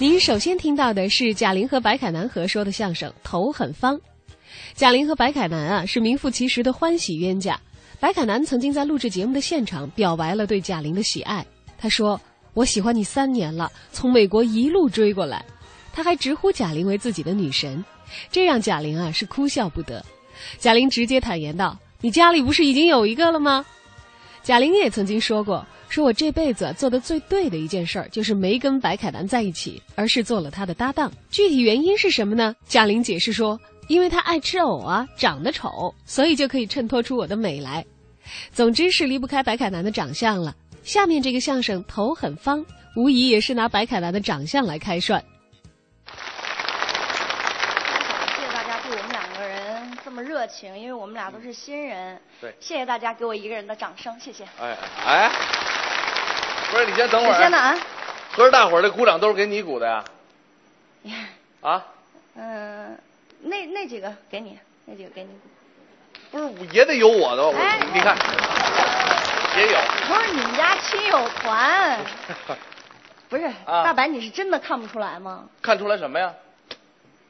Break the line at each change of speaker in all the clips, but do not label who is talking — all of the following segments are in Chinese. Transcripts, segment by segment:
您首先听到的是贾玲和白凯南合说的相声《头很方》。贾玲和白凯南啊是名副其实的欢喜冤家。白凯南曾经在录制节目的现场表白了对贾玲的喜爱，他说：“我喜欢你三年了，从美国一路追过来。”他还直呼贾玲为自己的女神，这让贾玲啊是哭笑不得。贾玲直接坦言道：“你家里不是已经有一个了吗？”贾玲也曾经说过：“说我这辈子做的最对的一件事儿，就是没跟白凯南在一起，而是做了他的搭档。具体原因是什么呢？”贾玲解释说：“因为他爱吃藕啊，长得丑，所以就可以衬托出我的美来。总之是离不开白凯南的长相了。”下面这个相声头很方，无疑也是拿白凯南的长相来开涮。
谢谢大家对我们两个人这么热情，因为我们俩都是新人。
对
谢谢大家给我一个人的掌声，谢谢。
哎哎，不是你先等会儿，
你先呢啊，
合着大伙儿的鼓掌都是给你鼓的呀？啊，
嗯、那那几个给你，那几个给你。
不是也得有我的吧？我、
哎
你看也有，
不是你们家亲友团，不是、
嗯啊
大白，你是真的看不出来吗？
看出来什么呀？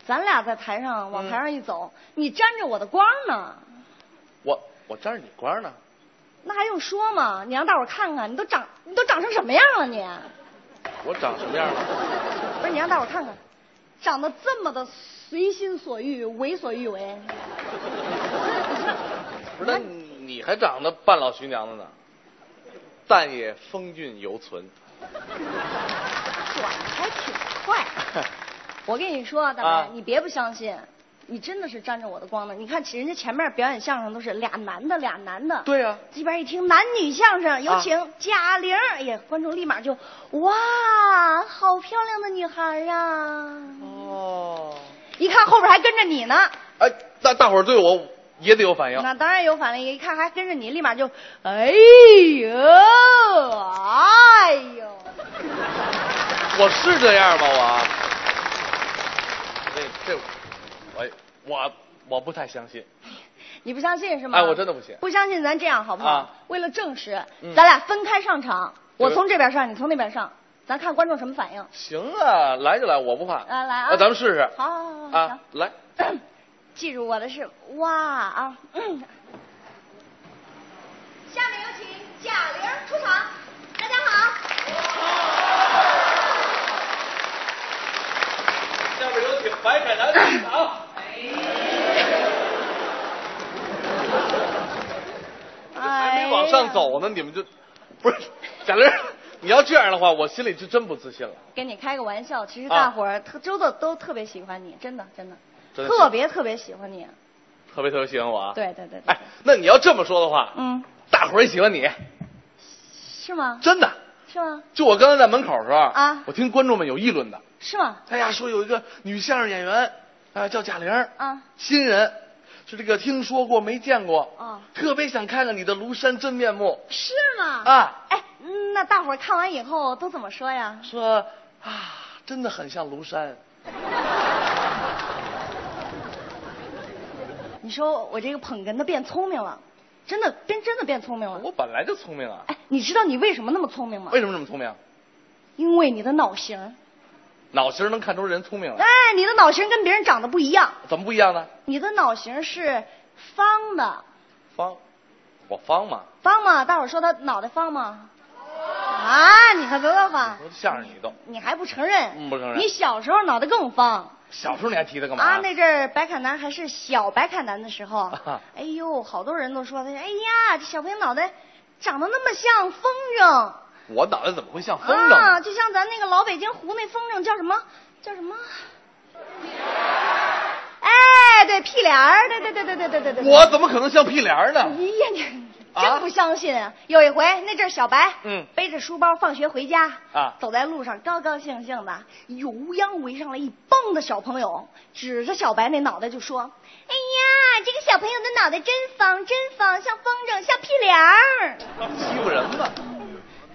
咱俩在台上往
嗯
台上一走，你沾着我的光呢，
我我沾着你光呢，
那还用说吗？你让大伙儿看看，你都长你都长成什么样了你？
我长什么样了？
不是你让大伙儿看看，长得这么的随心所欲、为所欲为。
不是，那你还长得半老徐娘子呢，但也风韵犹存。
转的还挺快。我跟你说，大白，
啊
你别不相信，你真的是沾着我的光呢。你看，人家前面表演相声都是俩男的，俩男的。。
对呀、
这边一听男女相声，有
啊
请贾玲。哎呀，观众立马就哇，好漂亮的女孩呀、
哦，
一看后边还跟着你呢，
哎，那大伙儿对我也得有反应。
那当然有反应。一看还跟着你，立马就哎呦，哎呦，
我是这样吗？我，这这，我我我不太相信。
你不相信是吗？
哎，我真的不信。
不相信，咱这样好不好？
啊
为了证实，
嗯
咱俩分开上场，我
对
从这边上，你从那边上，咱看观众什么反应。
行啊，来就来，我不怕。
啊来啊
那咱们试试。
好好好好
啊，来，
行，记住我的是哇啊！嗯下面有请贾玲出场，大家好。
下面有请白凯南出
啊
场。还没往上
哎呀，
走呢，你们就不是贾玲，你要这样的话，我心里就真不自信了。
跟你开个玩笑，其实
啊
大伙儿特真的都特别喜欢你，真的真的，
真的是
特别特别喜欢你。
特别特别喜欢我啊。。
对对对对
哎，，那你要这么说的话，
嗯，
大伙儿也喜欢你，
是吗？
真的。
是吗？
就我刚才在门口的时候
啊
我听观众们有议论的，
是吗？
哎呀，说有一个女相声演员啊、叫贾玲，
啊，
新人，是这个听说过没见过，
哦
特别想看看你的庐山真面目
是吗？
啊，
哎，嗯那大伙儿看完以后都怎么说呀？
说啊，真的很像庐山，
你说我这个捧哏的变聪明了，真的变真的变聪明了。
我哎本来就聪明啊，
哎，你知道你为什么那么聪明吗
为？什么这么聪明？啊
因为你的脑型儿，
脑型能看出人聪明
哎
来，，
你的脑型儿跟别人长得不一样，
怎么不一样呢？
你的脑型儿是方的，
方，我方嘛，
方吗？大伙儿说他脑袋方吗？啊，你看多多方，
我相声你都，
你还不承认？
嗯不承认
你小时候脑袋更方。
小时候你还提他干嘛？
啊，那阵儿白凯南还是小白凯南的时候
啊，
哎呦，好多人都说他，哎呀，这小朋友脑袋长得那么像风筝，
我脑袋怎么会像风筝呢？
啊，就像咱那个老北京湖那风筝叫什么？叫什么？ 哎，对，屁帘儿，对对对对对对对对。
我怎么可能像屁帘儿呢？
哎呀，你真
啊
不相信啊！有一回，那阵儿小白，
嗯
背着书包放学回家，
啊
走在路上高高兴兴的，有乌泱围上来一帮的小朋友，指着小白那脑袋就说：“哎呀，这个小朋友的脑袋真方，真方，像风筝，像屁帘儿。”
欺负人吧？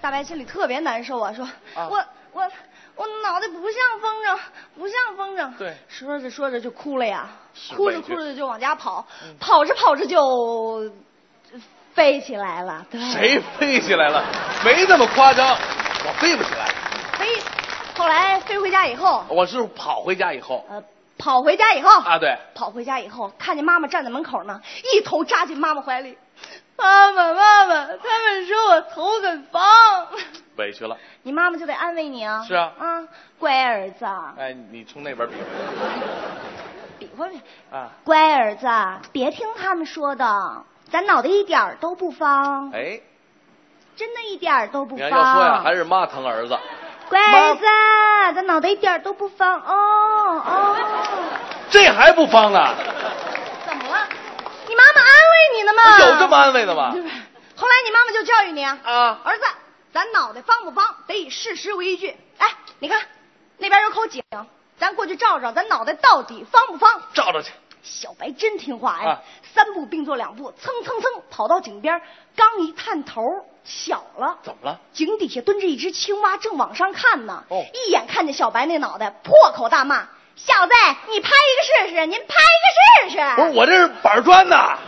大白心里特别难受啊，说、
啊
我我我脑袋不像风筝，不像风筝。
对
说着说着就哭了呀，
是
哭着
委屈
哭着就往家跑，
嗯
跑着跑着就飞起来了。对，
谁飞起来了？没那么夸张，我飞不起来。
飞？后后来飞回家以后，
我是跑回家以后
呃，跑回家以后
啊，对，
跑回家以后，看见妈妈站在门口呢，一头扎进妈妈怀里。妈妈，妈妈，他们说我头很方，
委屈了。
你妈妈就得安慰你啊。
是啊
啊，乖儿子，啊
哎，你从那边比
比划比划，
啊？
乖儿子，别听他们说的，咱脑袋一点儿都不方，
哎，
真的一点儿都不
你
方。
看要说呀，还是妈疼儿子。
乖儿子，咱脑袋一点儿都不方哦哦。
这还不方呢？
怎么了？你妈妈安慰你呢吗？
有这么安慰的 啊吗？
后来你妈妈就教育你啊，
啊
儿子，咱脑袋方不方，得以事实为依据。哎，你看那边有口井，咱过去照照，咱脑袋到底方不方？
照照去。
小白真听话哎，
啊
三步并作两步，蹭蹭蹭跑到井边，刚一探头，巧了，
怎么了？
井底下蹲着一只青蛙，正往上看呢。
哦
一眼看见小白那脑袋，破口大骂：“小子，你拍一个试试，您拍一个试试！”
哦不是我这是板砖呐！